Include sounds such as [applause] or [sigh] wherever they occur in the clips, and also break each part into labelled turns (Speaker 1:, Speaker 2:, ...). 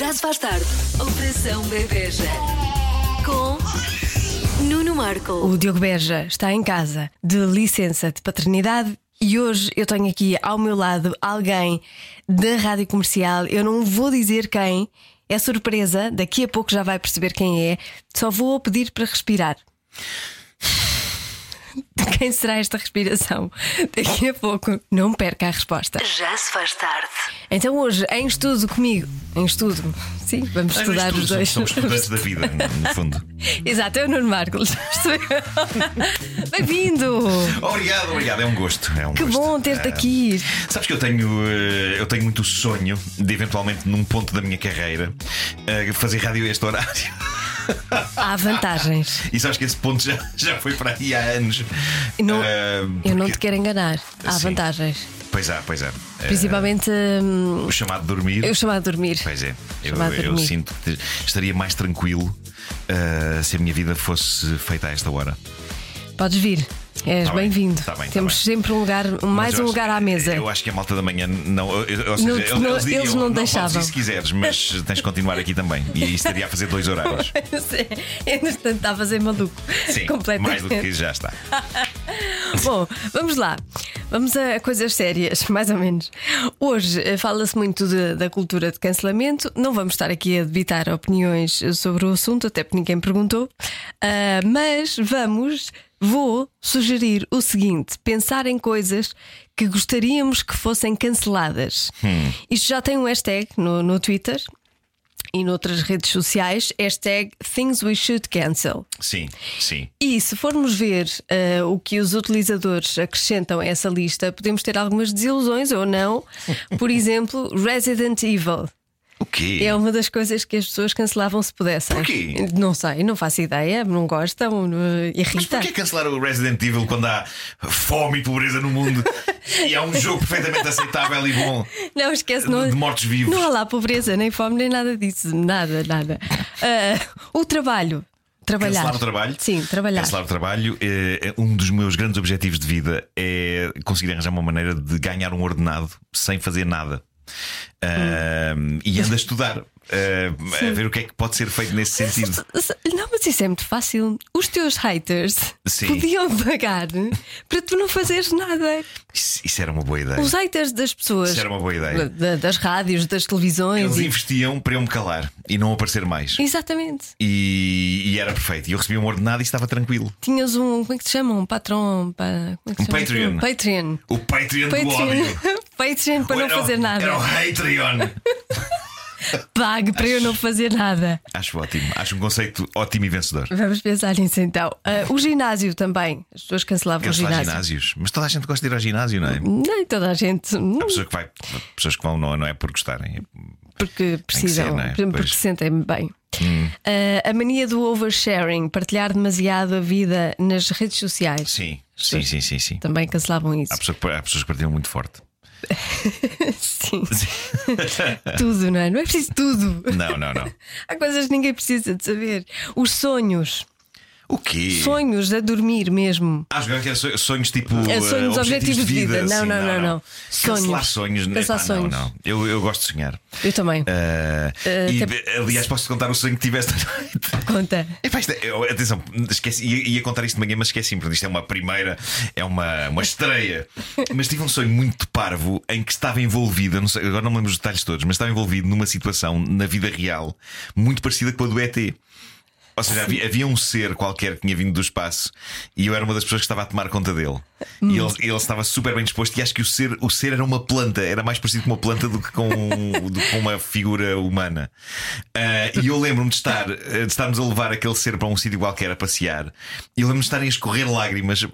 Speaker 1: Já se faz tarde. Operação Bebeja. Com Nuno Marco.
Speaker 2: O Diogo Beja está em casa de licença de paternidade e hoje eu tenho aqui ao meu lado alguém da rádio comercial. Eu não vou dizer quem, é surpresa, daqui a pouco já vai perceber quem é. Só vou pedir para respirar. De quem será esta respiração? Daqui a pouco, não perca a resposta.
Speaker 1: Já se faz tarde.
Speaker 2: Então, hoje, em estudo comigo, em estudo, sim, vamos estudar os dois.
Speaker 3: Somos estudantes da vida,
Speaker 2: [laughs]
Speaker 3: no fundo.
Speaker 2: Exato, é o Nuno Marco. [laughs] Bem-vindo!
Speaker 3: Obrigado, obrigado. É um gosto. É um
Speaker 2: Que
Speaker 3: gosto.
Speaker 2: bom ter-te
Speaker 3: Ah,
Speaker 2: aqui.
Speaker 3: Sabes que eu tenho, eh, eu tenho muito o sonho de eventualmente, num ponto da minha carreira, eh, fazer rádio a este horário. [laughs]
Speaker 2: Há vantagens.
Speaker 3: E sabes que esse ponto já, já foi para aí há anos.
Speaker 2: E não-
Speaker 3: Ah,
Speaker 2: Eu não
Speaker 3: porque-
Speaker 2: te quero enganar. Há
Speaker 3: Sim.
Speaker 2: vantagens.
Speaker 3: Pois há, pois há. Eh,
Speaker 2: Principalmente hum,
Speaker 3: o chamado dormir.
Speaker 2: eu chamado a dormir.
Speaker 3: Pois é, eu,
Speaker 2: Chamado
Speaker 3: eu
Speaker 2: dormir.
Speaker 3: sinto que estaria mais tranquilo ah, se a minha vida fosse feita a esta hora.
Speaker 2: Podes vir. És
Speaker 3: Tá bem,
Speaker 2: bem-vindo.
Speaker 3: tá bem, tá
Speaker 2: Temos
Speaker 3: bem.
Speaker 2: sempre um lugar, mais
Speaker 3: Mas
Speaker 2: um
Speaker 3: eu acho-
Speaker 2: lugar à mesa.
Speaker 3: Eu acho que a malta da manhã não. eu- eu- ou seja,
Speaker 2: Não-
Speaker 3: eles,
Speaker 2: não-
Speaker 3: eles diriam,
Speaker 2: eles não
Speaker 3: podes ir
Speaker 2: deixavam."
Speaker 3: se quiseres, mas tens de continuar aqui também. E isso estaria a fazer
Speaker 2: [laughs]
Speaker 3: dois horários.
Speaker 2: Entretanto, está a fazer maluco.
Speaker 3: Sim, mais
Speaker 2: Completamente.
Speaker 3: do que já está.
Speaker 2: [laughs] Bom, vamos lá. Vamos a coisas sérias, [laughs] mais ou menos. Hoje eh, fala-se muito de- da cultura de cancelamento. Não vamos estar aqui a debitar opiniões eh, sobre o assunto, até porque ninguém perguntou. Ah, mas vamos, vou sugerir o seguinte: pensar em coisas que gostaríamos que fossem canceladas. Isto já tem um hashtag no, no Twitter. E noutras redes sociais, hashtag Things We Should Cancel.
Speaker 3: Sim, sim.
Speaker 2: E se formos ver eh, o que os utilizadores acrescentam a essa lista, podemos ter algumas desilusões ou
Speaker 3: [laughs]
Speaker 2: não. Por exemplo, Resident Evil
Speaker 3: O quê?
Speaker 2: é uma das coisas que as pessoas cancelavam se pudessem.
Speaker 3: Porquê?
Speaker 2: Não sei, não faço ideia, não gostam, eh,
Speaker 3: Mas
Speaker 2: irrita.
Speaker 3: porquê cancelar o Resident Evil quando há fome e pobreza no mundo? e há um jogo perfeitamente aceitável e bom
Speaker 2: Não, esquece, não.
Speaker 3: de mortos-vivos.
Speaker 2: Não há lá pobreza, nem fome, nem nada disso. Nada,
Speaker 3: [laughs]
Speaker 2: nada. Ah, o trabalho. Trabalhar.
Speaker 3: Cancelar o trabalho.
Speaker 2: Sim, trabalhar.
Speaker 3: Cancelar o trabalho. eh, é um dos meus grandes objetivos de vida é conseguir arranjar uma maneira de ganhar um ordenado sem fazer nada. Ah, E ando a estudar. ah, a ver o que é que pode ser feito nesse sentido.
Speaker 2: Não, mas isso é muito fácil. Os teus haters
Speaker 3: Sim.
Speaker 2: podiam pagar para tu não fazeres nada.
Speaker 3: Isso, isso era uma boa ideia.
Speaker 2: Os haters das pessoas.
Speaker 3: Isso era uma boa ideia.
Speaker 2: da- das rádios, das televisões.
Speaker 3: Eles
Speaker 2: e-
Speaker 3: investiam para eu me calar e não aparecer mais.
Speaker 2: Exatamente.
Speaker 3: E, e era perfeito. E eu recebia um ordenado e estava tranquilo.
Speaker 2: Tinhas um, como é que se chama? Um patrão. pa- como é que se
Speaker 3: Um
Speaker 2: chama?
Speaker 3: Patreon.
Speaker 2: Um Patreon.
Speaker 3: O Patreon, do
Speaker 2: Patreon. [laughs]
Speaker 3: ódio.
Speaker 2: Patreon para
Speaker 3: Ou
Speaker 2: não
Speaker 3: era o-
Speaker 2: fazer nada.
Speaker 3: Era o Patreon.
Speaker 2: Pague para eu não fazer nada.
Speaker 3: Acho ótimo. Acho um conceito ótimo e vencedor.
Speaker 2: Vamos pensar nisso então. Ah, o ginásio também. As pessoas cancelavam
Speaker 3: Cancelar
Speaker 2: o ginásio.
Speaker 3: ginásios. Mas toda a gente gosta de ir ao ginásio, não é?
Speaker 2: Nem toda a gente.
Speaker 3: Há pessoa que vai, pessoas que vão não, não é por gostarem.
Speaker 2: Porque precisam,
Speaker 3: não é?
Speaker 2: porque
Speaker 3: Pois. Hum.
Speaker 2: se sentem bem. Ah, a mania do oversharing, partilhar demasiado a vida nas redes sociais.
Speaker 3: Sim, sim, sim, sim, sim.
Speaker 2: Também cancelavam isso.
Speaker 3: Há, pessoa que- há pessoas que partiam muito forte.
Speaker 2: [laughs] Sim. tudo, não é? Não é preciso tudo.
Speaker 3: Não, não, não.
Speaker 2: Há coisas que ninguém precisa de saber. Os sonhos.
Speaker 3: O quê?
Speaker 2: Sonhos a dormir mesmo.
Speaker 3: Ah, jogava que era so- sonhos tipo.
Speaker 2: É,
Speaker 3: eh,
Speaker 2: sonhos, objetivos de vida. Não,
Speaker 3: Sim,
Speaker 2: não, não, não.
Speaker 3: Cancelar
Speaker 2: Sonhos.
Speaker 3: sonhos. né?
Speaker 2: Cancelar
Speaker 3: Pá,
Speaker 2: sonhos.
Speaker 3: Não, não. Eu, eu gosto de sonhar.
Speaker 2: Eu também.
Speaker 3: Eh, e,
Speaker 2: até-
Speaker 3: Aliás, posso-te contar o sonho que tive esta [laughs] noite.
Speaker 2: Conta.
Speaker 3: Epá, isto é- eu- atenção, esqueci, ia, ia contar isto de manhã, mas esqueci-me, porque isto é uma primeira, é uma, uma estreia. mas tive um sonho muito parvo em que estava envolvido, eu não sei, agora não me lembro os detalhes todos, mas estava envolvido numa situação na vida real muito parecida com a do ET. Ou seja, havia, havia um ser qualquer que tinha vindo do espaço e eu era uma das pessoas que estava a tomar conta dele. E ele, ele estava super bem disposto. E acho que o ser, o ser era uma planta, era mais parecido com uma planta do que com, um, do que com uma figura humana. Ah, e eu lembro-me de, estar, de estarmos a levar aquele ser para um sítio qualquer a passear. E eu lembro-me de estarem a escorrer lágrimas,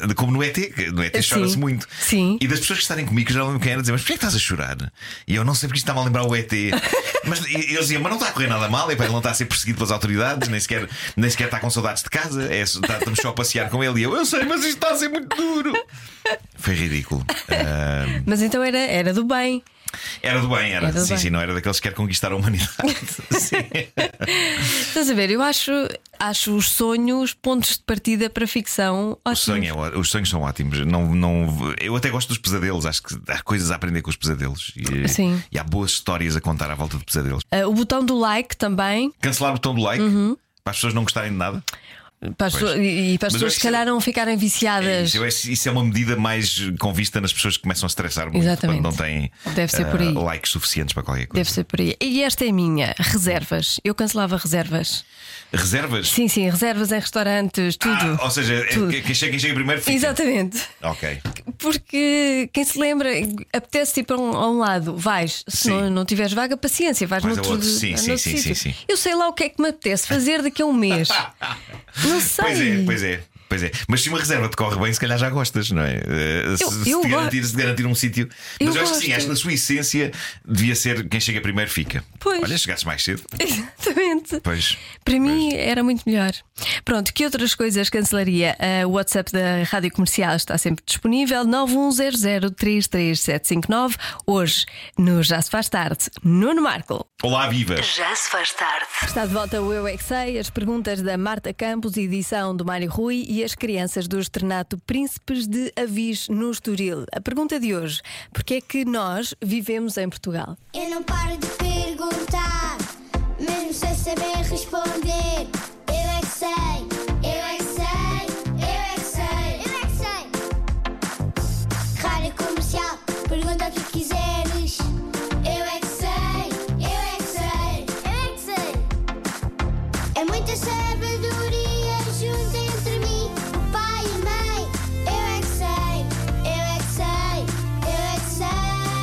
Speaker 3: ah, de- como no ET, que no ET
Speaker 2: Eh, Sim.
Speaker 3: chora-se muito.
Speaker 2: Sim.
Speaker 3: E das pessoas que estarem comigo, que eu já não lembro quem era, dizer, mas porquê é que estás a chorar? E eu não sei porque isto está-me a lembrar o ET.
Speaker 2: [laughs]
Speaker 3: mas e- e eles diziam, mas não está a correr nada mal, e, pá, ele não está a ser perseguido pelas autoridades, nem sequer, nem sequer está com saudades de casa, é, só- está, estamos só a passear com ele. E eu, eu sei, mas isto está a ser muito duro. Foi ridículo. Ah,
Speaker 2: Mas então era, era do bem.
Speaker 3: Era do bem, era.
Speaker 2: Era do
Speaker 3: sim,
Speaker 2: bem.
Speaker 3: sim, não era daqueles que quer conquistar
Speaker 2: [laughs]
Speaker 3: a humanidade. sim.
Speaker 2: Estás a ver? Eu acho, acho os sonhos pontos de partida para ficção.
Speaker 3: O sonho é ó- os sonhos são ótimos. Não, não, eu até gosto dos pesadelos. Acho que há coisas a aprender com os pesadelos. E,
Speaker 2: Sim.
Speaker 3: e há boas histórias a contar à volta de pesadelos.
Speaker 2: Ah, o botão do like também.
Speaker 3: Cancelar o botão do like
Speaker 2: Uhum.
Speaker 3: para as pessoas não gostarem de nada.
Speaker 2: Para as
Speaker 3: Pois.
Speaker 2: pessoas- e e para as
Speaker 3: Mas
Speaker 2: pessoas,
Speaker 3: eu
Speaker 2: se
Speaker 3: acho que isso-
Speaker 2: calhar, não ficarem
Speaker 3: É
Speaker 2: viciadas.
Speaker 3: isso, eu acho- isso é uma medida mais com vista nas pessoas que começam a estressar muito
Speaker 2: Exatamente.
Speaker 3: quando não têm
Speaker 2: Deve ser por
Speaker 3: ah,
Speaker 2: aí.
Speaker 3: likes suficientes para qualquer coisa.
Speaker 2: Deve ser por aí. E esta é a minha: reservas. Eu cancelava reservas.
Speaker 3: Reservas?
Speaker 2: Sim, sim, reservas em restaurantes, tudo.
Speaker 3: Ah, ou seja, é-
Speaker 2: Tudo.
Speaker 3: quem chega, quem chega primeiro fica.
Speaker 2: Exatamente.
Speaker 3: Ok.
Speaker 2: Porque quem se lembra, apetece ir para um, a um lado, vais. Se
Speaker 3: Sim.
Speaker 2: não, não tiveres vaga, paciência, vais,
Speaker 3: Vais
Speaker 2: no
Speaker 3: ao
Speaker 2: outro.
Speaker 3: outro. Sim, sim, sim, sim, sim.
Speaker 2: Eu sei lá o que é que me apetece fazer daqui a um
Speaker 3: [laughs]
Speaker 2: mês. não sei.
Speaker 3: Pois é, pois é. Pois é, mas se uma reserva te corre bem, se calhar já gostas, não é? Eh, se,
Speaker 2: Eu-
Speaker 3: se
Speaker 2: eu
Speaker 3: te
Speaker 2: go-
Speaker 3: garantir, se te garantir um sítio.
Speaker 2: Eu
Speaker 3: Mas eu acho que sim,
Speaker 2: gosto.
Speaker 3: acho que na sua essência devia ser quem chega primeiro fica.
Speaker 2: Pois.
Speaker 3: Olha, chegaste mais cedo.
Speaker 2: [laughs] Exatamente.
Speaker 3: Pois.
Speaker 2: Para mim era muito melhor. Pronto, que outras coisas cancelaria? Ah, o WhatsApp da Rádio Comercial está sempre disponível 910033759. Hoje, no Já Se Faz Tarde, Nuno Marco.
Speaker 3: Olá, viva!
Speaker 1: Já se faz tarde.
Speaker 2: Está de volta o Eu é Que Sei, as perguntas da Marta Campos, edição do Mário Rui e as crianças do Externato Príncipes de Avis no Estoril. A pergunta de hoje: porquê é que nós vivemos em Portugal?
Speaker 4: Eu não paro de perguntar, mesmo sem saber responder. Eu é que sei, eu é que sei, eu é que sei, eu é que sei. Rádio comercial, pergunta o que quiseres. Eu é que sei, eu é que sei, eu é que sei. É muita sabedoria junta entre mim, o pai e a mãe. Eu é que sei, eu é que sei, eu é que sei.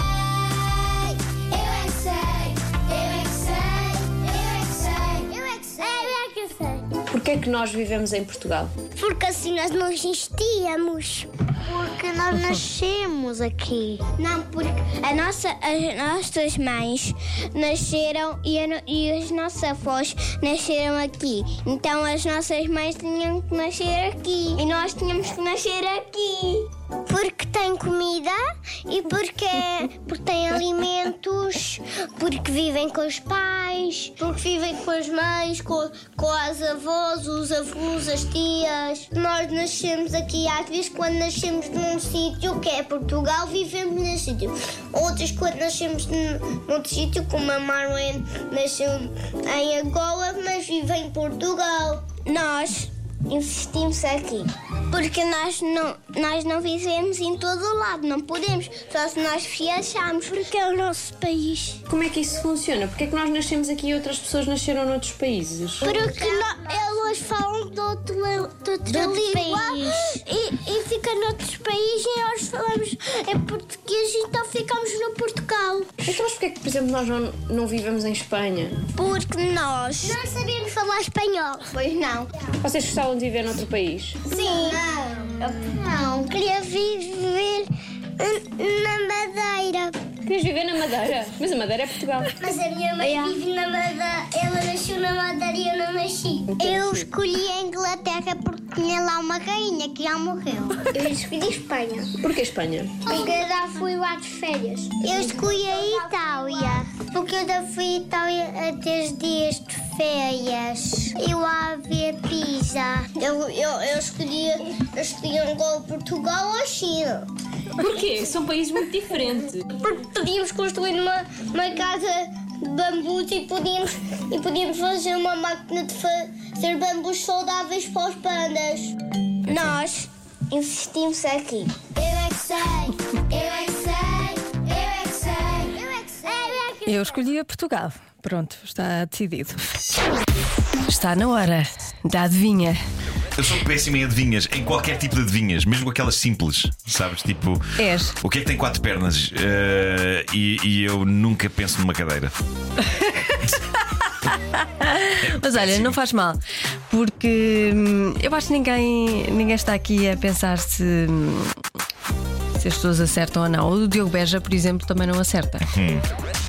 Speaker 4: Eu é que sei, eu é que sei, eu é que sei, eu é que sei. Eu é que sei.
Speaker 5: Porquê é que nós vivemos em Portugal?
Speaker 4: Porque assim nós não existíamos. Porque nós nascemos aqui. Não, porque a nossa, as nossas mães nasceram e, a no- e os nossos avós nasceram aqui. Então as nossas mães tinham que nascer aqui. E nós tínhamos que nascer aqui. Porque tem comida e porque, é, porque tem alimentos, porque vivem com os pais, porque vivem com as mães, com, com as avós, os avós, as tias. Nós nascemos aqui, às vezes quando nascemos num sítio que é Portugal, vivemos nesse sítio. Outras quando nascemos num, noutro sítio, como a Marwen nasceu em Angola, mas vive em Portugal. Nós investimos aqui. Porque nós não, nós não vivemos em todo o lado, não podemos, só se nós viajarmos, porque é o nosso país.
Speaker 5: Como é que isso funciona? Porquê é que nós nascemos aqui e outras pessoas nasceram noutros países? Então,
Speaker 4: Porque elas falam de outro, de outra língua E, e fica noutros países e nós falamos em português, então ficamos no Portugal.
Speaker 5: Então, mas porquê é que, por exemplo, nós não, não vivemos em Espanha?
Speaker 4: Porque nós não sabemos falar espanhol. Pois não.
Speaker 5: Vocês gostavam de viver noutro país?
Speaker 4: Sim. Não. Queria viver na Madeira.
Speaker 5: Querias viver na Madeira? Mas a Madeira é Portugal.
Speaker 4: Mas a minha mãe vive na Madeira. Ela nasceu na Madeira e eu não nasci. Eu escolhi a Inglaterra porque tinha lá uma rainha que já morreu. Eu escolhi Espanha.
Speaker 5: Porquê Espanha?
Speaker 4: Porque eu já fui lá de férias. Eu escolhi a Itália. Porque eu já fui à Itália há três dias de férias. E lá havia Pisa. Eu, eu, eu escolhi, eu escolhi Angola, Portugal ou China.
Speaker 5: Porquê? São países muito diferentes.
Speaker 4: Porque podíamos construir uma, uma casa de bambus e podíamos, e podíamos fazer uma máquina de fazer bambus saudáveis para os pandas. Nós investimos aqui. Eu é que sei, eu é que sei, eu é que sei, eu é que sei, eu é que
Speaker 2: Eu escolhi a Portugal. Pronto, está decidido. Está na hora da adivinha.
Speaker 3: Eu sou péssimo em adivinhas, em qualquer tipo de adivinhas, mesmo aquelas simples, sabes? Tipo,
Speaker 2: És.
Speaker 3: o que é que tem quatro pernas? Eh, e, e eu nunca penso numa cadeira.
Speaker 2: Mas olha, não faz mal, porque hum, eu acho que ninguém, ninguém está aqui a pensar se, hum, se as pessoas acertam ou não. O Diogo Beja, por exemplo, também não acerta.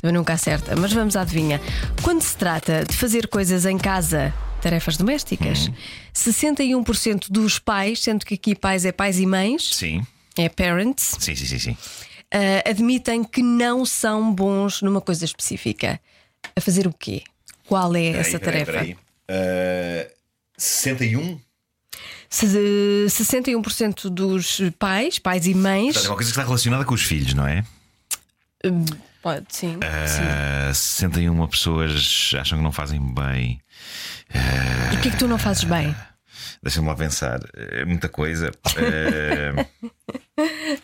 Speaker 2: Eu nunca acerta. Mas vamos à adivinha. Quando se trata de fazer coisas em casa, tarefas domésticas, 61% dos pais, sendo que aqui pais é pais e mães,
Speaker 3: Sim,
Speaker 2: é parents,
Speaker 3: sim, sim, sim. sim.
Speaker 2: ah, admitem que não são bons numa coisa específica. A fazer o quê? Qual é essa
Speaker 3: Peraí,
Speaker 2: tarefa?
Speaker 3: peraí, peraí. Ah, 61?
Speaker 2: Se de 61% dos pais, pais e mães,
Speaker 3: Portanto, é uma coisa que está relacionada com os filhos, não é?
Speaker 2: hum, pode, sim, sim.
Speaker 3: Ah, 61 pessoas acham que não fazem bem.
Speaker 2: E o que é que tu não fazes bem?
Speaker 3: Deixa-me lá pensar. É muita [laughs] coisa. Eh,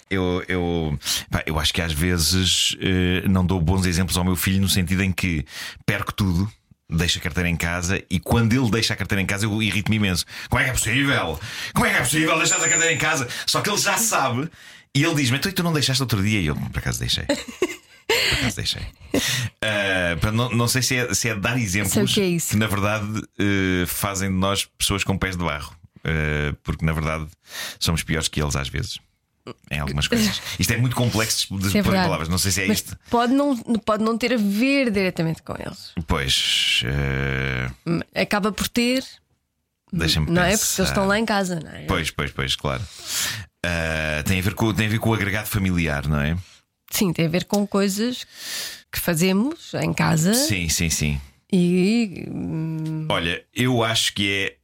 Speaker 3: eu, eu, pá, eu acho que às vezes eh, não dou bons exemplos ao meu filho no sentido em que perco tudo. Deixo a carteira em casa e quando ele deixa a carteira em casa eu irrito-me imenso. Como é que é possível? Como é que é possível deixar a carteira em casa? Só que ele já sabe e ele diz-me: "Então, e tu não deixaste outro dia? E eu, por acaso,
Speaker 2: [laughs]
Speaker 3: deixei. Por acaso, deixei. Ah, para não, não sei se é, se é dar exemplos
Speaker 2: Sei o que é isso.
Speaker 3: na verdade eh, fazem de nós pessoas com pés de barro. Eh, porque na verdade somos piores que eles às vezes. Em algumas coisas. Isto é muito complexo de
Speaker 2: Sim, é
Speaker 3: pôr em
Speaker 2: verdade.
Speaker 3: palavras. Não sei se é
Speaker 2: Mas
Speaker 3: isto.
Speaker 2: pode não, pode não ter a ver diretamente com eles.
Speaker 3: Pois. eh,
Speaker 2: Hum, Acaba por ter,
Speaker 3: Deixa-me
Speaker 2: não é? Porque
Speaker 3: pensar.
Speaker 2: eles estão lá em casa, não é?
Speaker 3: Pois, pois, pois, claro. Ah, tem, a ver com, tem a ver com o agregado familiar, não é?
Speaker 2: Sim, tem a ver com coisas que fazemos em casa
Speaker 3: Sim, sim, sim.
Speaker 2: e hum,
Speaker 3: Olha, eu acho que é.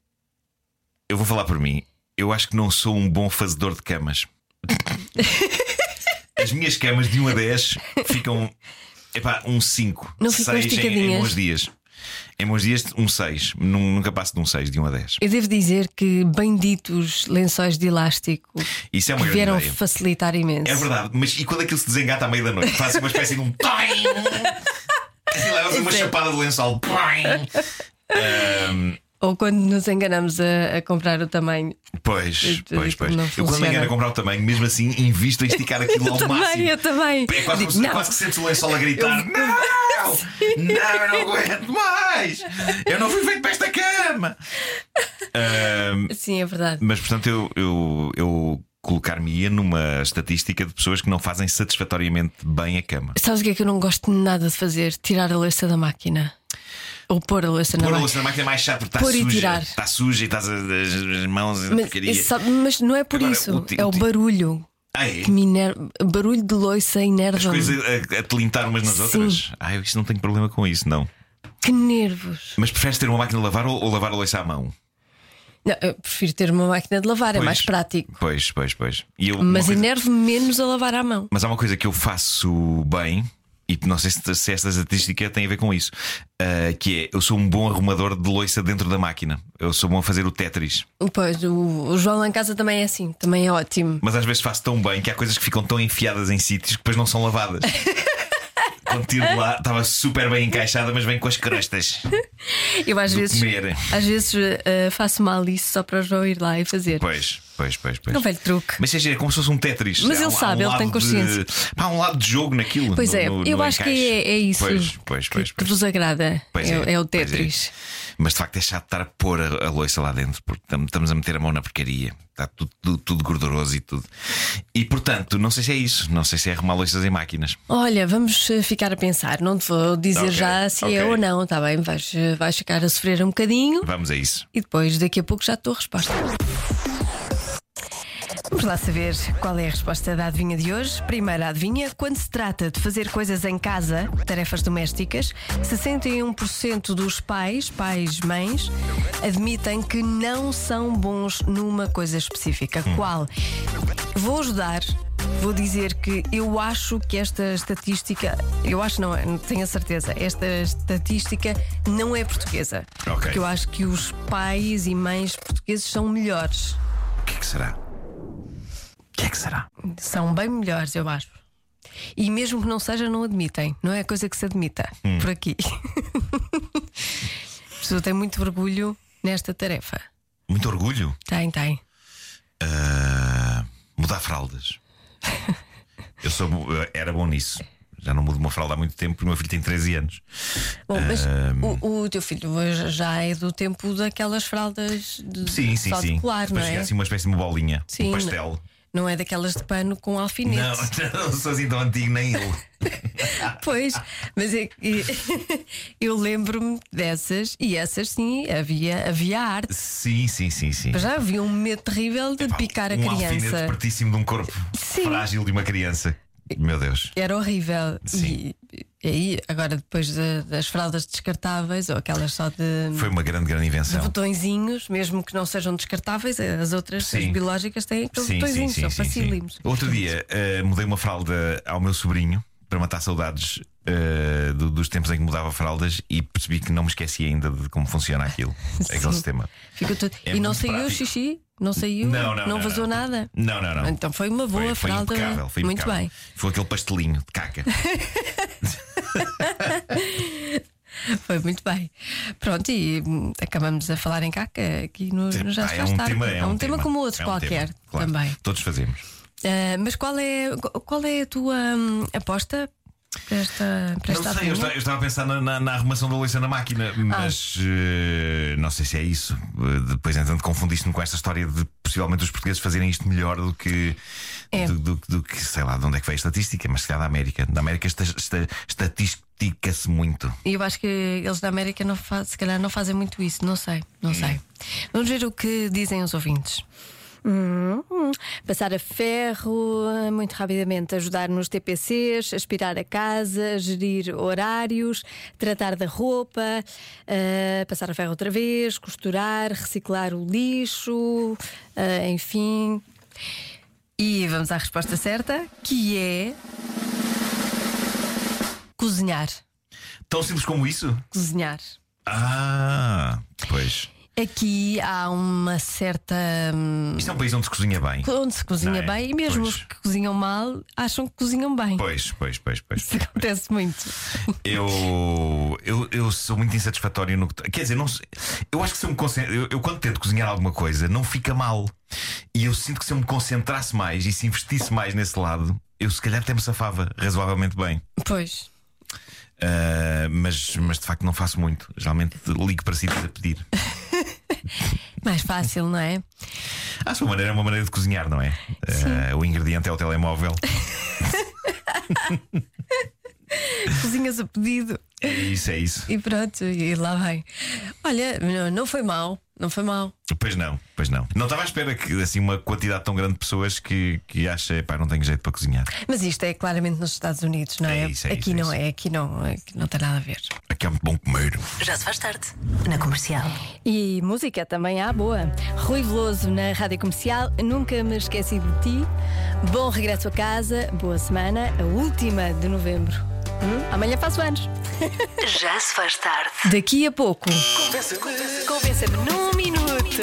Speaker 3: Eu vou falar por mim. Eu acho que não sou um bom fazedor
Speaker 2: [laughs]
Speaker 3: de camas. As minhas camas de 1 a 10 ficam. Epá, um 5.
Speaker 2: Não ficam
Speaker 3: 6 em, em
Speaker 2: esticadinhas?
Speaker 3: bons dias. Em bons dias, um 6. Nunca passo de um 6, de 1 a 10.
Speaker 2: eu devo dizer que benditos lençóis de elástico
Speaker 3: Isso é uma
Speaker 2: que
Speaker 3: grande
Speaker 2: vieram
Speaker 3: ideia.
Speaker 2: facilitar imenso.
Speaker 3: É verdade, mas e quando aquilo se desengata à meia da noite? Faz uma espécie de um. toim! Assim, leva-se uma
Speaker 2: é-
Speaker 3: chapada de lençol. Toim!
Speaker 2: Ou quando nos enganamos a, a comprar o tamanho.
Speaker 3: Pois,
Speaker 2: Tudo
Speaker 3: pois,
Speaker 2: aquilo
Speaker 3: pois.
Speaker 2: não
Speaker 3: Eu quando me engano
Speaker 2: funciona.
Speaker 3: a comprar o tamanho, mesmo assim, invisto
Speaker 2: [laughs]
Speaker 3: em esticar aquilo ao
Speaker 2: eu também,
Speaker 3: máximo.
Speaker 2: eu também.
Speaker 3: É quase,
Speaker 2: Digo,
Speaker 3: como se- é
Speaker 2: não,
Speaker 3: quase que sentes o lençol a gritar:
Speaker 2: [laughs]
Speaker 3: Não! Não, eu não aguento mais! Eu não fui feito para esta cama! Ahm,
Speaker 2: Sim, é verdade.
Speaker 3: mas portanto, eu, eu, eu colocar-me-ia numa estatística de pessoas que não fazem satisfatoriamente bem a cama.
Speaker 2: Sabes o que é que eu não gosto nada de fazer? Tirar a louça da máquina. Ou pôr a louça na
Speaker 3: Pôr a
Speaker 2: máquina.
Speaker 3: louça na máquina é mais chato porque está
Speaker 2: Pôr e
Speaker 3: suja.
Speaker 2: tirar.
Speaker 3: Está suja e estás as, as mãos a
Speaker 2: Mas,
Speaker 3: porcaria.
Speaker 2: isso sabe- mas não é por
Speaker 3: Agora,
Speaker 2: isso,
Speaker 3: o ti-
Speaker 2: é
Speaker 3: o
Speaker 2: o
Speaker 3: ti-
Speaker 2: barulho
Speaker 3: Ah, é?
Speaker 2: que me iner- Barulho de loiça
Speaker 3: As
Speaker 2: inerva
Speaker 3: coisas a, a telintar umas nas
Speaker 2: Sim.
Speaker 3: outras? Ah, eu isso não tenho problema com isso, não.
Speaker 2: Que nervos.
Speaker 3: Mas preferes ter uma máquina de lavar ou, ou lavar a louça à mão?
Speaker 2: Não, eu prefiro ter uma máquina de lavar, é
Speaker 3: Pois.
Speaker 2: mais prático.
Speaker 3: Pois, pois, pois. E eu, uma
Speaker 2: Mas
Speaker 3: coisa-
Speaker 2: enerve-me menos a lavar à mão.
Speaker 3: Mas há uma coisa que eu faço bem E não sei se, se esta estatística tem a ver com isso ah, Que é, eu sou um bom arrumador de loiça dentro da máquina Eu sou bom a fazer o Tetris
Speaker 2: Pois, o, o João lá em casa também é assim, também é ótimo.
Speaker 3: Mas às vezes faço tão bem que há coisas que ficam tão enfiadas em sítios Que depois não
Speaker 2: [laughs]
Speaker 3: são lavadas Quando tiro de lá, estava super bem encaixada Mas vem com as crostas
Speaker 2: Eu às
Speaker 3: do
Speaker 2: vezes,
Speaker 3: comer.
Speaker 2: às vezes eh, faço uma Alice só para o João ir lá e fazer.
Speaker 3: Pois, pois, pois, pois
Speaker 2: É um velho truque.
Speaker 3: Mas seja, é como se fosse um Tetris
Speaker 2: Mas
Speaker 3: Há
Speaker 2: ele
Speaker 3: um- há
Speaker 2: sabe,
Speaker 3: um
Speaker 2: ele tem
Speaker 3: lado de-
Speaker 2: consciência.
Speaker 3: Há um lado de jogo naquilo
Speaker 2: Pois
Speaker 3: no-
Speaker 2: é,
Speaker 3: no-
Speaker 2: eu
Speaker 3: no
Speaker 2: acho que
Speaker 3: encaixe.
Speaker 2: é, é isso
Speaker 3: Pois, pois,
Speaker 2: que-
Speaker 3: pois,
Speaker 2: que
Speaker 3: pois.
Speaker 2: vos agrada.
Speaker 3: Pois
Speaker 2: é, é o
Speaker 3: pois
Speaker 2: Tetris.
Speaker 3: Mas de facto é chato estar a pôr a, a louça lá dentro, porque tam- estamos a meter a mão na porcaria. Está tudo, tudo, tudo gorduroso e tudo. E portanto, não sei se é isso. Não sei se é arrumar louças em máquinas.
Speaker 2: Olha, vamos eh, ficar a pensar. Não te vou dizer
Speaker 3: Ok,
Speaker 2: já se
Speaker 3: ok.
Speaker 2: é ou não, está bem? Vais, eh, vais ficar a sofrer um bocadinho
Speaker 3: Vamos a isso.
Speaker 2: e depois daqui a pouco já te dou a resposta. Vamos lá saber qual é a resposta da adivinha de hoje. Primeira adivinha, quando se trata de fazer coisas em casa, tarefas domésticas, 61% dos pais, pais, mães, admitem que não são bons numa coisa específica. Qual? Vou ajudar. Vou dizer que eu acho que esta estatística, eu acho não, tenho a certeza, esta estatística não é portuguesa.
Speaker 3: Ok.
Speaker 2: Porque eu acho que os pais e mães portugueses são melhores.
Speaker 3: O que é que será? O que é que será?
Speaker 2: São bem melhores, eu acho. E mesmo que não seja, não admitem. Não é coisa que se admita
Speaker 3: Hum.
Speaker 2: por aqui. [laughs] A pessoa tem muito orgulho nesta tarefa.
Speaker 3: Muito orgulho?
Speaker 2: Tem, tem.
Speaker 3: Ah, mudar [laughs] fraldas. Eu sou, bo- eu era bom nisso. Já não mudo uma fralda há muito tempo, porque o meu filho tem 13 anos.
Speaker 2: Bom, mas o, o teu filho hoje já é do tempo daquelas fraldas de
Speaker 3: Sim, sim,
Speaker 2: só de
Speaker 3: sim.
Speaker 2: colar, não
Speaker 3: Depois fica
Speaker 2: é?
Speaker 3: assim uma espécie de uma bolinha,
Speaker 2: Sim,
Speaker 3: um
Speaker 2: não-
Speaker 3: pastel.
Speaker 2: Não é daquelas de pano com alfinete.
Speaker 3: Não, [laughs] não sou assim tão antigo nem ele.
Speaker 2: [laughs] Pois, mas é que [laughs] eu lembro-me dessas e essas sim, havia, havia arte.
Speaker 3: Sim, sim, sim, sim.
Speaker 2: Mas já havia um medo terrível de
Speaker 3: Pá,
Speaker 2: picar a
Speaker 3: um alfinete
Speaker 2: criança.
Speaker 3: pertíssimo de um corpo
Speaker 2: Sim.
Speaker 3: frágil de uma criança. Meu Deus.
Speaker 2: Era horrível.
Speaker 3: Sim.
Speaker 2: E, e aí, agora depois da- das fraldas descartáveis ou aquelas só de,
Speaker 3: Foi uma grande, grande
Speaker 2: de
Speaker 3: invenção.
Speaker 2: botõezinhos, mesmo que não sejam descartáveis, as outras,
Speaker 3: Sim.
Speaker 2: as biológicas, têm aqueles botõezinhos, são facílimos.
Speaker 3: Outro dia eh, mudei uma fralda ao meu sobrinho para matar saudades eh, do- dos tempos em que mudava fraldas e percebi que não me esqueci ainda de como
Speaker 2: [laughs]
Speaker 3: funciona aquilo, aquele sistema.
Speaker 2: Ficou tudo.
Speaker 3: É
Speaker 2: e não
Speaker 3: muito
Speaker 2: saiu o
Speaker 3: prático.
Speaker 2: xixi? Não saiu?
Speaker 3: Não, não, não,
Speaker 2: vazou
Speaker 3: não.
Speaker 2: nada?
Speaker 3: Não, não, não.
Speaker 2: Então foi uma boa
Speaker 3: foi, foi
Speaker 2: fralda.
Speaker 3: impecável, foi
Speaker 2: Muito
Speaker 3: impecável.
Speaker 2: bem. [laughs]
Speaker 3: Foi aquele pastelinho de caca.
Speaker 2: Foi muito bem. Pronto, e hum, acabamos a falar em caca aqui no, no [laughs] Já
Speaker 3: Pá,
Speaker 2: Se
Speaker 3: é
Speaker 2: Faz
Speaker 3: um
Speaker 2: Tarde.
Speaker 3: tema, é um tema
Speaker 2: como outro
Speaker 3: é um
Speaker 2: qualquer
Speaker 3: tema, claro.
Speaker 2: também.
Speaker 3: Todos fazemos.
Speaker 2: Ah, mas qual é, qual é a tua hum, aposta para esta, para esta
Speaker 3: não sei, eu
Speaker 2: altura?
Speaker 3: estava, eu estava a pensar na, na- na arrumação da louça na máquina, mas eh, não sei se é isso. Eh, Depois, entanto, confundiste-me com esta história de possivelmente os portugueses fazerem isto melhor do que.
Speaker 2: É.
Speaker 3: Do, do- do que, sei lá, de onde é que veio a estatística, mas se calhar da América. Da América esta- esta- estatística-se muito.
Speaker 2: E eu acho que eles da América não fa- se calhar não fazem muito isso, não sei, não sei. Vamos ver o que dizem os ouvintes. Hum, hum. Passar a ferro eh, muito rapidamente, ajudar nos TPCs, aspirar a casa, gerir horários, tratar da roupa, eh, passar a ferro outra vez, costurar, reciclar o lixo, eh, enfim. E vamos à resposta certa, que é cozinhar.
Speaker 3: Tão simples como isso?
Speaker 2: Cozinhar.
Speaker 3: Ah, pois.
Speaker 2: Aqui há uma certa. hum,
Speaker 3: Isto é um país onde se cozinha bem.
Speaker 2: onde se cozinha
Speaker 3: Não é?
Speaker 2: bem e mesmo
Speaker 3: Pois.
Speaker 2: os que cozinham mal acham que cozinham bem.
Speaker 3: Pois, pois, pois, pois.
Speaker 2: Isso acontece muito.
Speaker 3: Eu, eu, eu sou muito insatisfatório no que. Quer dizer, não, sei- eu acho que se eu me concentro. Eu, eu quando tento cozinhar alguma coisa, não fica mal. E eu sinto que se eu me concentrasse mais e se investisse mais nesse lado, eu se calhar até me safava razoavelmente bem.
Speaker 2: Pois.
Speaker 3: Ah, mas, mas de facto não faço muito. Geralmente ligo para sítios a pedir.
Speaker 2: Mais fácil, não
Speaker 3: [laughs]
Speaker 2: é?
Speaker 3: À sua maneira é uma maneira de cozinhar, não é? Ah, o ingrediente é o telemóvel.
Speaker 2: Cozinhas a pedido
Speaker 3: É isso, é isso.
Speaker 2: e pronto, e lá vai. Olha, não, não foi mal, não foi mal.
Speaker 3: Pois não, pois não. Não estava à espera que assim uma quantidade tão grande de pessoas que, que acha, pá, não tenho jeito para cozinhar.
Speaker 2: Mas isto é claramente nos Estados Unidos, não é?
Speaker 3: É isso, é
Speaker 2: aqui
Speaker 3: isso, é
Speaker 2: não
Speaker 3: isso.
Speaker 2: é, aqui não, aqui não tem nada a ver.
Speaker 3: Aqui é muito bom comer.
Speaker 1: Já se faz tarde. Na comercial.
Speaker 2: E música também há boa. Rui Veloso na Rádio Comercial, Nunca Me Esqueci de Ti. Bom regresso a casa, boa semana, a última de novembro. Hum? Amanhã faço anos.
Speaker 1: Já se faz tarde.
Speaker 2: Daqui a pouco. Convença-me num minuto.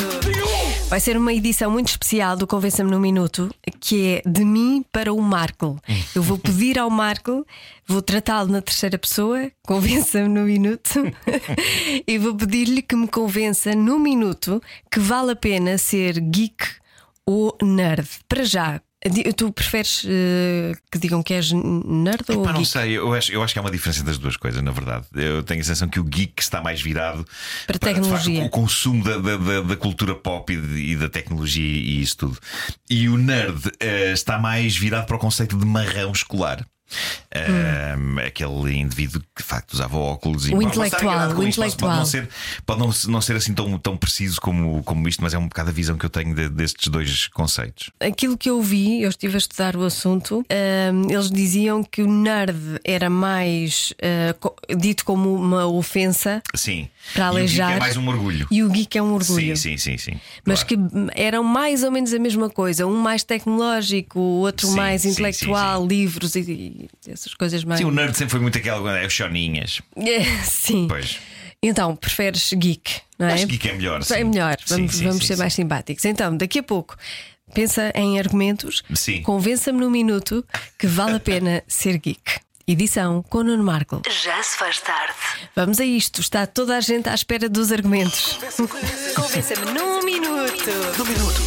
Speaker 2: Vai ser uma edição muito especial do Convença-me num minuto, que é de mim para o Marco. Eu vou pedir ao Marco, vou tratá-lo na terceira pessoa, [laughs] convença-me num minuto, [laughs] e vou pedir-lhe que me convença num minuto que vale a pena ser geek ou nerd. Para já, di- tu preferes eh, que digam que és nerd ou
Speaker 3: Pá, não
Speaker 2: geek?
Speaker 3: sei, eu acho, eu acho que há uma diferença das duas coisas, na verdade. Eu tenho a sensação que o geek está mais virado
Speaker 2: Para
Speaker 3: de facto,
Speaker 2: tecnologia.
Speaker 3: o consumo da, da- da- da cultura pop e, de- e da tecnologia e isso tudo. E o nerd eh, está mais virado para o conceito de marrão escolar. Ah, Aquele indivíduo que de facto usava óculos e
Speaker 2: O
Speaker 3: Pá,
Speaker 2: intelectual,
Speaker 3: mas está enganado com
Speaker 2: o
Speaker 3: isto, mas Pode
Speaker 2: intelectual.
Speaker 3: não ser, pode não, não ser assim tão, tão preciso como, como isto, mas é um bocado a visão que eu tenho de- destes dois conceitos.
Speaker 2: Aquilo que eu vi, eu estive a estudar o assunto, hum, eles diziam que o nerd era mais eh, co- dito como uma ofensa
Speaker 3: Sim.
Speaker 2: para
Speaker 3: e o geek
Speaker 2: aleijar.
Speaker 3: é mais um orgulho.
Speaker 2: e o geek é um
Speaker 3: Sim,
Speaker 2: orgulho.
Speaker 3: sim, sim, sim.
Speaker 2: Mas
Speaker 3: Claro.
Speaker 2: que hum, eram mais ou menos a mesma coisa, um mais tecnológico, o outro
Speaker 3: Sim,
Speaker 2: mais
Speaker 3: sim, sim,
Speaker 2: intelectual, livros e, e essas coisas mais.
Speaker 3: Sim, o nerd sempre foi muito aquela. É os choninhas.
Speaker 2: É, [laughs] sim.
Speaker 3: Pois.
Speaker 2: Então, preferes geek, não é?
Speaker 3: Acho que geek é melhor.
Speaker 2: É
Speaker 3: sim.
Speaker 2: melhor,
Speaker 3: Sim,
Speaker 2: vamos,
Speaker 3: sim,
Speaker 2: vamos
Speaker 3: sim,
Speaker 2: ser
Speaker 3: sim.
Speaker 2: mais simpáticos. Então, daqui a pouco, pensa em argumentos,
Speaker 3: Sim.
Speaker 2: convença-me num minuto que vale a
Speaker 3: [laughs]
Speaker 2: pena ser geek. Edição com Nuno Marco.
Speaker 1: Já se faz tarde.
Speaker 2: Vamos a isto, está toda a gente à espera dos argumentos. Convença-me num minuto. Num minuto.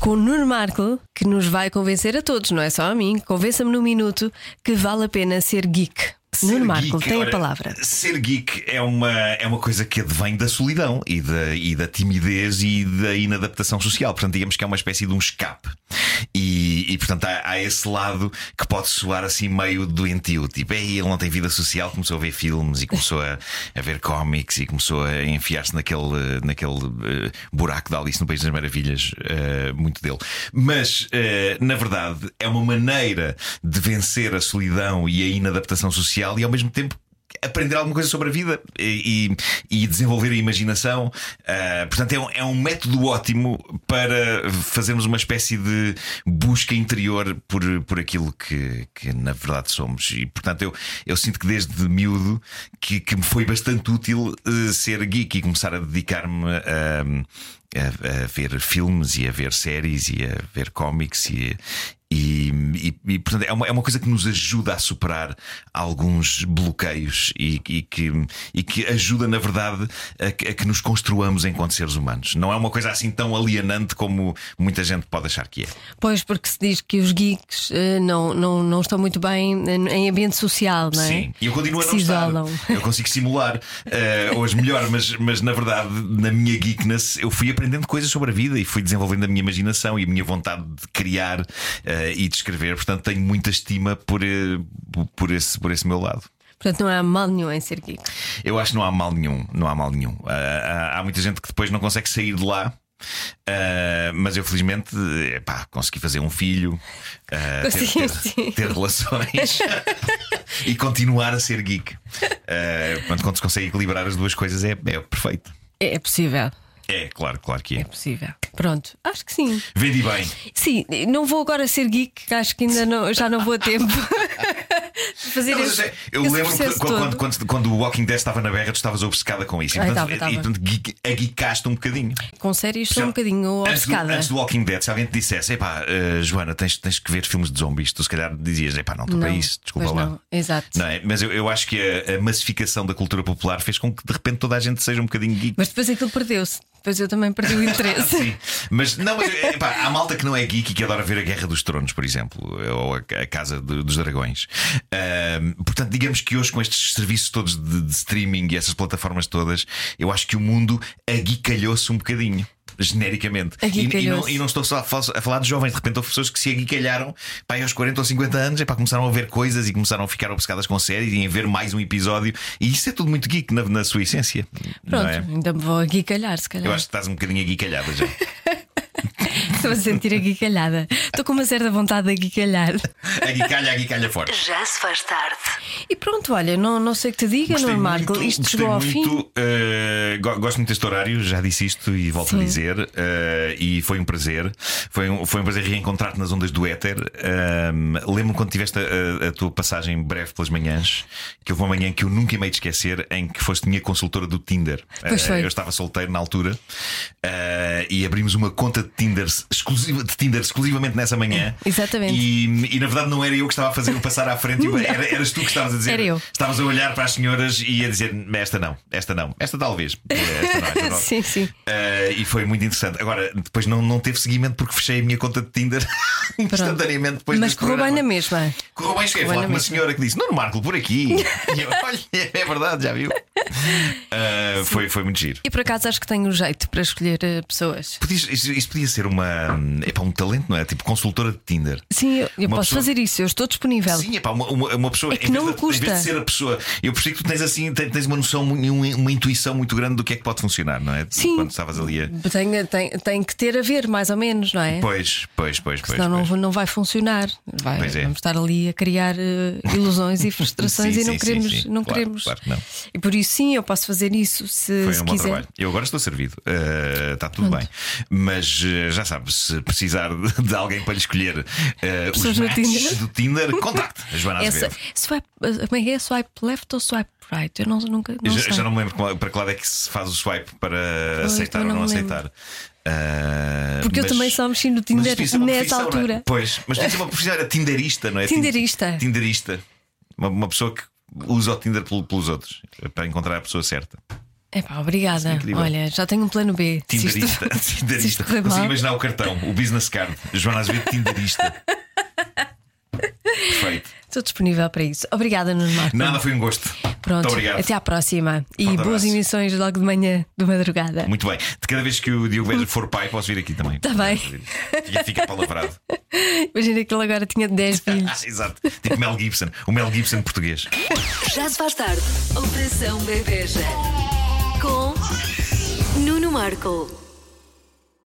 Speaker 2: Com Nuno Marco, que nos vai convencer a todos, não é só a mim. Convença-me num minuto que vale a pena ser geek. Nuno
Speaker 3: Ser
Speaker 2: Marco,
Speaker 3: geek,
Speaker 2: tem a
Speaker 3: ora,
Speaker 2: palavra.
Speaker 3: Ser geek é uma, é uma coisa que advém da solidão e da, e da timidez e da inadaptação social. Portanto, digamos que é uma espécie de um escape. E, e, portanto, há, há esse lado que pode soar assim meio doentio. Tipo, "Ei, ele não tem vida social, começou a ver filmes e começou a, a ver cómics e começou a enfiar-se naquele, naquele eh, buraco da Alice no País das Maravilhas, eh, muito dele. Mas, eh, na verdade, é uma maneira de vencer a solidão e a inadaptação social e ao mesmo tempo aprender alguma coisa sobre a vida e, e- e desenvolver a imaginação. Ah, portanto, é um, é um método ótimo para fazermos uma espécie de busca interior por, por aquilo que, que na verdade somos. E portanto, eu, eu sinto que desde miúdo que, que me foi bastante útil eh, ser geek e começar a dedicar-me ah, a. a- a ver filmes e a ver séries e a ver cómics e, e, e- e, portanto, é uma, é uma coisa que nos ajuda a superar alguns bloqueios e, e que, e que ajuda, na verdade, a, que- a que nos construamos enquanto seres humanos. Não é uma coisa assim tão alienante como muita gente pode achar que é.
Speaker 2: Pois, porque se diz que os geeks eh, não, não, não estão muito bem em em ambiente social, não é?
Speaker 3: Sim, e eu continuo a
Speaker 2: Que
Speaker 3: não
Speaker 2: se
Speaker 3: estar.
Speaker 2: isolam.
Speaker 3: Eu consigo simular eh, hoje melhor, mas, mas na verdade, na minha geekness, eu fui aprendendo coisas sobre a vida e fui desenvolvendo a minha imaginação e a minha vontade de criar eh, e de escrever. Portanto, tenho muita estima por, eh, por, esse, por esse meu lado.
Speaker 2: Portanto, não há mal nenhum em ser geek.
Speaker 3: Eu acho que não há mal nenhum, não há mal nenhum. Ah, ah, há muita gente que depois não consegue sair de lá. ah, mas eu felizmente eh, pá, consegui fazer um filho, ah, ter- ter,
Speaker 2: Conseguiste. [laughs]
Speaker 3: ter relações
Speaker 2: É,
Speaker 3: e continuar a ser geek. Ah, portanto, quando se consegue equilibrar as duas coisas, é, é perfeito.
Speaker 2: É é possível,
Speaker 3: É, claro, claro que
Speaker 2: é
Speaker 3: é.
Speaker 2: possível. Pronto, acho que sim.
Speaker 3: Vendi bem.
Speaker 2: Sim, não vou agora ser geek, que acho que ainda não, já não vou a tempo [laughs] de fazer
Speaker 3: Não, mas
Speaker 2: esse,
Speaker 3: eu sei, eu
Speaker 2: esse
Speaker 3: lembro que
Speaker 2: processo
Speaker 3: quando,
Speaker 2: todo.
Speaker 3: quando, quando- quando o Walking Dead estava na berra, tu estavas obcecada com isso. E,
Speaker 2: Ai,
Speaker 3: portanto,
Speaker 2: estava, estava.
Speaker 3: e, portanto, geek- a geekaste um bocadinho.
Speaker 2: Com séries estou um
Speaker 3: Percebe?
Speaker 2: bocadinho
Speaker 3: Antes do,
Speaker 2: obcecada.
Speaker 3: antes do Walking Dead, se alguém te dissesse, epá, eh, Joana, tens, tens que ver filmes de zombies, tu se calhar dizias, epá, não estou para
Speaker 2: Não,
Speaker 3: isso, desculpa
Speaker 2: pois
Speaker 3: lá.
Speaker 2: não, exato.
Speaker 3: Não é? Mas eu, eu acho que a, a massificação da cultura popular fez com que de repente toda a gente seja um bocadinho geek.
Speaker 2: Mas depois aquilo perdeu-se. Depois eu também
Speaker 3: [laughs]
Speaker 2: perdi o interesse.
Speaker 3: Ah, Sim, mas não, mas, epá, há malta que não é geek e que adora ver a Guerra dos Tronos, por exemplo, ou a, a Casa do- dos Dragões. Ahm, portanto, digamos que hoje, com estes serviços todos de, de streaming e essas plataformas todas, eu acho que o mundo aguicalhou-se um bocadinho. Genericamente. E, e não,
Speaker 2: Aguicalhou-se.
Speaker 3: e não estou só a, fal- a falar de jovens, de repente houve pessoas que se aguicalharam pá, aí aos 40 ou 50 anos e pá, começaram a ver coisas e começaram a ficar obcecadas com séries e a ver mais um episódio. E isso é tudo muito geek na, na sua essência. não
Speaker 2: Pronto,
Speaker 3: é?
Speaker 2: ainda me vou aguicalhar, se calhar.
Speaker 3: Eu acho que estás um bocadinho aguicalhada já.
Speaker 2: Estou a sentir aguicalhada. Estou com uma certa vontade de aguicalhar.
Speaker 3: Aguicalha, aguicalha forte.
Speaker 1: Já se faz tarde.
Speaker 2: E pronto, olha, não, não sei o que te diga,
Speaker 3: Gostei
Speaker 2: Nuno Marco.
Speaker 3: muito,
Speaker 2: Isto
Speaker 3: gostei
Speaker 2: chegou ao
Speaker 3: muito,
Speaker 2: fim.
Speaker 3: eh, go- gosto muito deste horário, já disse isto e volto a
Speaker 2: Sim.
Speaker 3: dizer. eh, e foi um prazer. Foi um, foi um prazer reencontrar-te nas ondas do éter. Ahm, Lembro-me quando tiveste a, a- a tua passagem breve pelas manhãs, que houve uma manhã que eu nunca me hei de esquecer, em que foste minha consultora do Tinder.
Speaker 2: Pois
Speaker 3: Eh,
Speaker 2: foi.
Speaker 3: Eu estava solteiro na altura eh, e abrimos uma conta de Tinder, exclusiva, de Tinder exclusivamente nessa manhã.
Speaker 2: Exatamente.
Speaker 3: E, e, na verdade não era eu que estava a fazer o passar à
Speaker 2: [laughs]
Speaker 3: frente, eu- era, eras tu que estavas a dizer.
Speaker 2: Era eu.
Speaker 3: Estavas a olhar para as senhoras e a dizer: esta não, esta não, esta talvez.
Speaker 2: [laughs]
Speaker 3: Esta não, esta não.
Speaker 2: Sim, sim.
Speaker 3: Eh, e foi muito interessante. Agora, depois não, não teve seguimento porque fechei a minha conta de Tinder [laughs] instantaneamente depois
Speaker 2: Mas
Speaker 3: desse
Speaker 2: correu bem na
Speaker 3: programa.
Speaker 2: mesma.
Speaker 3: Correu bem, cheguei
Speaker 2: Correu na
Speaker 3: a falar com uma
Speaker 2: mesma.
Speaker 3: senhora que disse: Não, Marco, por
Speaker 2: [laughs]
Speaker 3: aqui. E eu, Olha, é verdade, já viu? Eh, foi, foi muito giro.
Speaker 2: E por acaso acho que tenho um jeito para escolher eh, pessoas.
Speaker 3: Podias, isso, isso podia ser uma. É para um talento, não é? Tipo consultora de Tinder.
Speaker 2: Sim, eu, eu
Speaker 3: Uma
Speaker 2: posso
Speaker 3: pessoa-
Speaker 2: fazer isso, eu estou disponível.
Speaker 3: Sim, é pá, uma, uma, uma pessoa.
Speaker 2: É que
Speaker 3: em vez
Speaker 2: não
Speaker 3: de-
Speaker 2: me custa.
Speaker 3: Em vez de ser a pessoa. Eu percebo que tu tens assim, tens, tens uma noção, uma, uma intuição muito grande do que é que pode funcionar, não é?
Speaker 2: Sim.
Speaker 3: Quando estavas ali a.
Speaker 2: Tem, tem, tem que ter a ver, mais ou menos, não é?
Speaker 3: Pois, pois, pois, pois.
Speaker 2: Senão não,
Speaker 3: pois.
Speaker 2: não vai funcionar. Vai,
Speaker 3: Pois é.
Speaker 2: Vamos estar ali a criar eh, ilusões
Speaker 3: [laughs]
Speaker 2: e frustrações
Speaker 3: Sim,
Speaker 2: e não
Speaker 3: sim, sim,
Speaker 2: queremos.
Speaker 3: sim.
Speaker 2: Não
Speaker 3: Claro,
Speaker 2: queremos.
Speaker 3: claro que não.
Speaker 2: E por isso, sim, eu posso fazer isso se,
Speaker 3: Foi
Speaker 2: se
Speaker 3: um bom
Speaker 2: quiser.
Speaker 3: trabalho. Eu agora estou servido. Eh, está tudo bem. Mas eh, já sabes, se precisar [laughs] de de alguém para lhe escolher eh, os
Speaker 2: Pessoas no
Speaker 3: matches
Speaker 2: Tinder. [laughs]
Speaker 3: do Tinder, contacte a Joana
Speaker 2: Essa-
Speaker 3: Azevedo.
Speaker 2: swipe, eh, como é que é? Swipe left ou swipe right? Eu não, nunca. Não
Speaker 3: Eu já,
Speaker 2: sei.
Speaker 3: já não me lembro qual- para que lado é que se faz o swipe para
Speaker 2: Pois,
Speaker 3: aceitar ou
Speaker 2: também
Speaker 3: não,
Speaker 2: não me lembro.
Speaker 3: aceitar. Eh,
Speaker 2: Porque eu também só mexi no
Speaker 3: mas
Speaker 2: Tinder
Speaker 3: isto devia ser uma
Speaker 2: nessa
Speaker 3: profissão,
Speaker 2: altura.
Speaker 3: não é? Pois, mas tu uma profissão, era tinderista, não é?
Speaker 2: Tinderista.
Speaker 3: Tinderista. Uma, uma pessoa que usa o Tinder pelo- pelos outros para encontrar a pessoa certa.
Speaker 2: Epá, obrigada.
Speaker 3: incrível.
Speaker 2: Olha, já tenho um plano B. Se isto- [laughs]
Speaker 3: Tinderista.
Speaker 2: se isto
Speaker 3: Tinderista.
Speaker 2: correr
Speaker 3: Consigo
Speaker 2: mal.
Speaker 3: imaginar o cartão, o business card. Joana Azevedo, Tinderista. Perfeito.
Speaker 2: Estou disponível para isso. Obrigada, Nuno Marco.
Speaker 3: Nada, foi um gosto.
Speaker 2: Pronto,
Speaker 3: Muito obrigado.
Speaker 2: até à próxima. E
Speaker 3: Forte
Speaker 2: boas
Speaker 3: abraço.
Speaker 2: emissões logo de manhã, de madrugada.
Speaker 3: Muito bem. De cada vez que
Speaker 2: [laughs]
Speaker 3: o Diogo Beja for pai, posso vir aqui também.
Speaker 2: Tá bem.
Speaker 3: Fica, fica palavrado.
Speaker 2: [laughs] Imagina que ele agora tinha
Speaker 3: [laughs]
Speaker 2: 10 filhos.
Speaker 3: Ah, exato. Tipo Mel Gibson. O Mel Gibson português.
Speaker 1: Já se faz tarde. Operação Bebeja. Com Nuno Marco.